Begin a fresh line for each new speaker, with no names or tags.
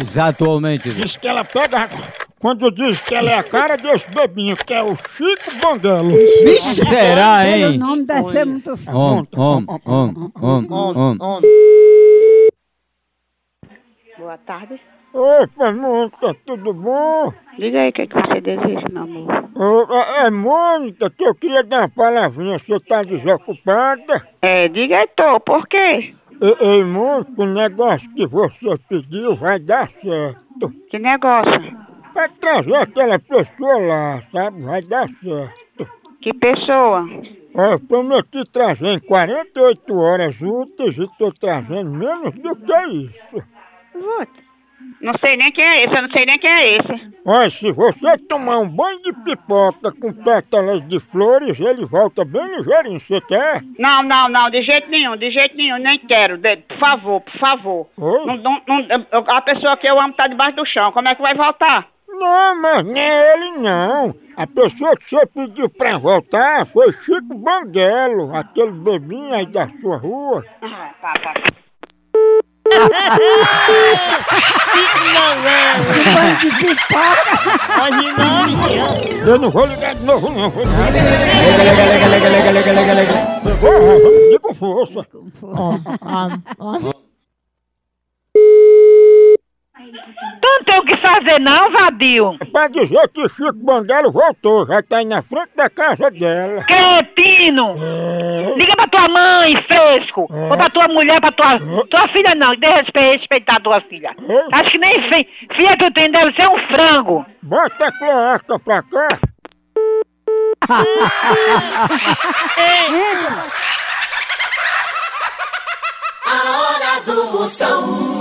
Exatamente.
Diz que ela pega. Quando diz que ela é a cara desse bebinho, que é o Chico Banguelo.
Vixe, será,
Pelo
hein?
nome deve ser muito fácil.
Om, om, om, om, om.
Boa tarde.
Opa, Mônica, tudo bom?
Diga aí o que, é que você deseja, meu amor.
Ô, é, é, Mônica, que eu queria dar uma palavrinha, você tá desocupada?
É, diga aí, tô, por quê?
Ei, ei, Mônica, o negócio que você pediu vai dar certo.
Que negócio?
Pra trazer aquela pessoa lá, sabe? Vai dar certo.
Que pessoa?
Ó, eu prometi trazer em 48 horas úteis e tô trazendo menos do que isso.
Volta. Não sei nem quem é esse, eu não sei nem quem é esse.
Olha, se você tomar um banho de pipoca com pétalas de flores, ele volta bem ligeirinho, você quer?
Não, não, não, de jeito nenhum, de jeito nenhum, nem quero. de- por favor, por favor.
Oi?
Não- não- não- a pessoa que eu amo tá debaixo do chão, como é que vai voltar?
Não, mas nem ele não. A pessoa que você pediu pra voltar foi Chico Banguelo, aquele bebinho aí da sua rua.
Ah, tá, tá.
Eu não vou ligar de novo, não. Vou não.
Lega, lega, lega, lega, lega.
Eu vou, eu vou pedir com força.
Tu não tem o que fazer não, vadio.
É pra dizer que Chico Banguelo voltou, já tá aí na frente da casa dela.
Cretino!
É,
Liga pra tua mãe, fresco! Ou pra tua mulher, pra tua. Tua filha não, deve respe- respeitar a tua filha. Acho que nem fi- filha tu tem, deve ser um frango.
bota a cloaca pra cá.
A hora do Moção.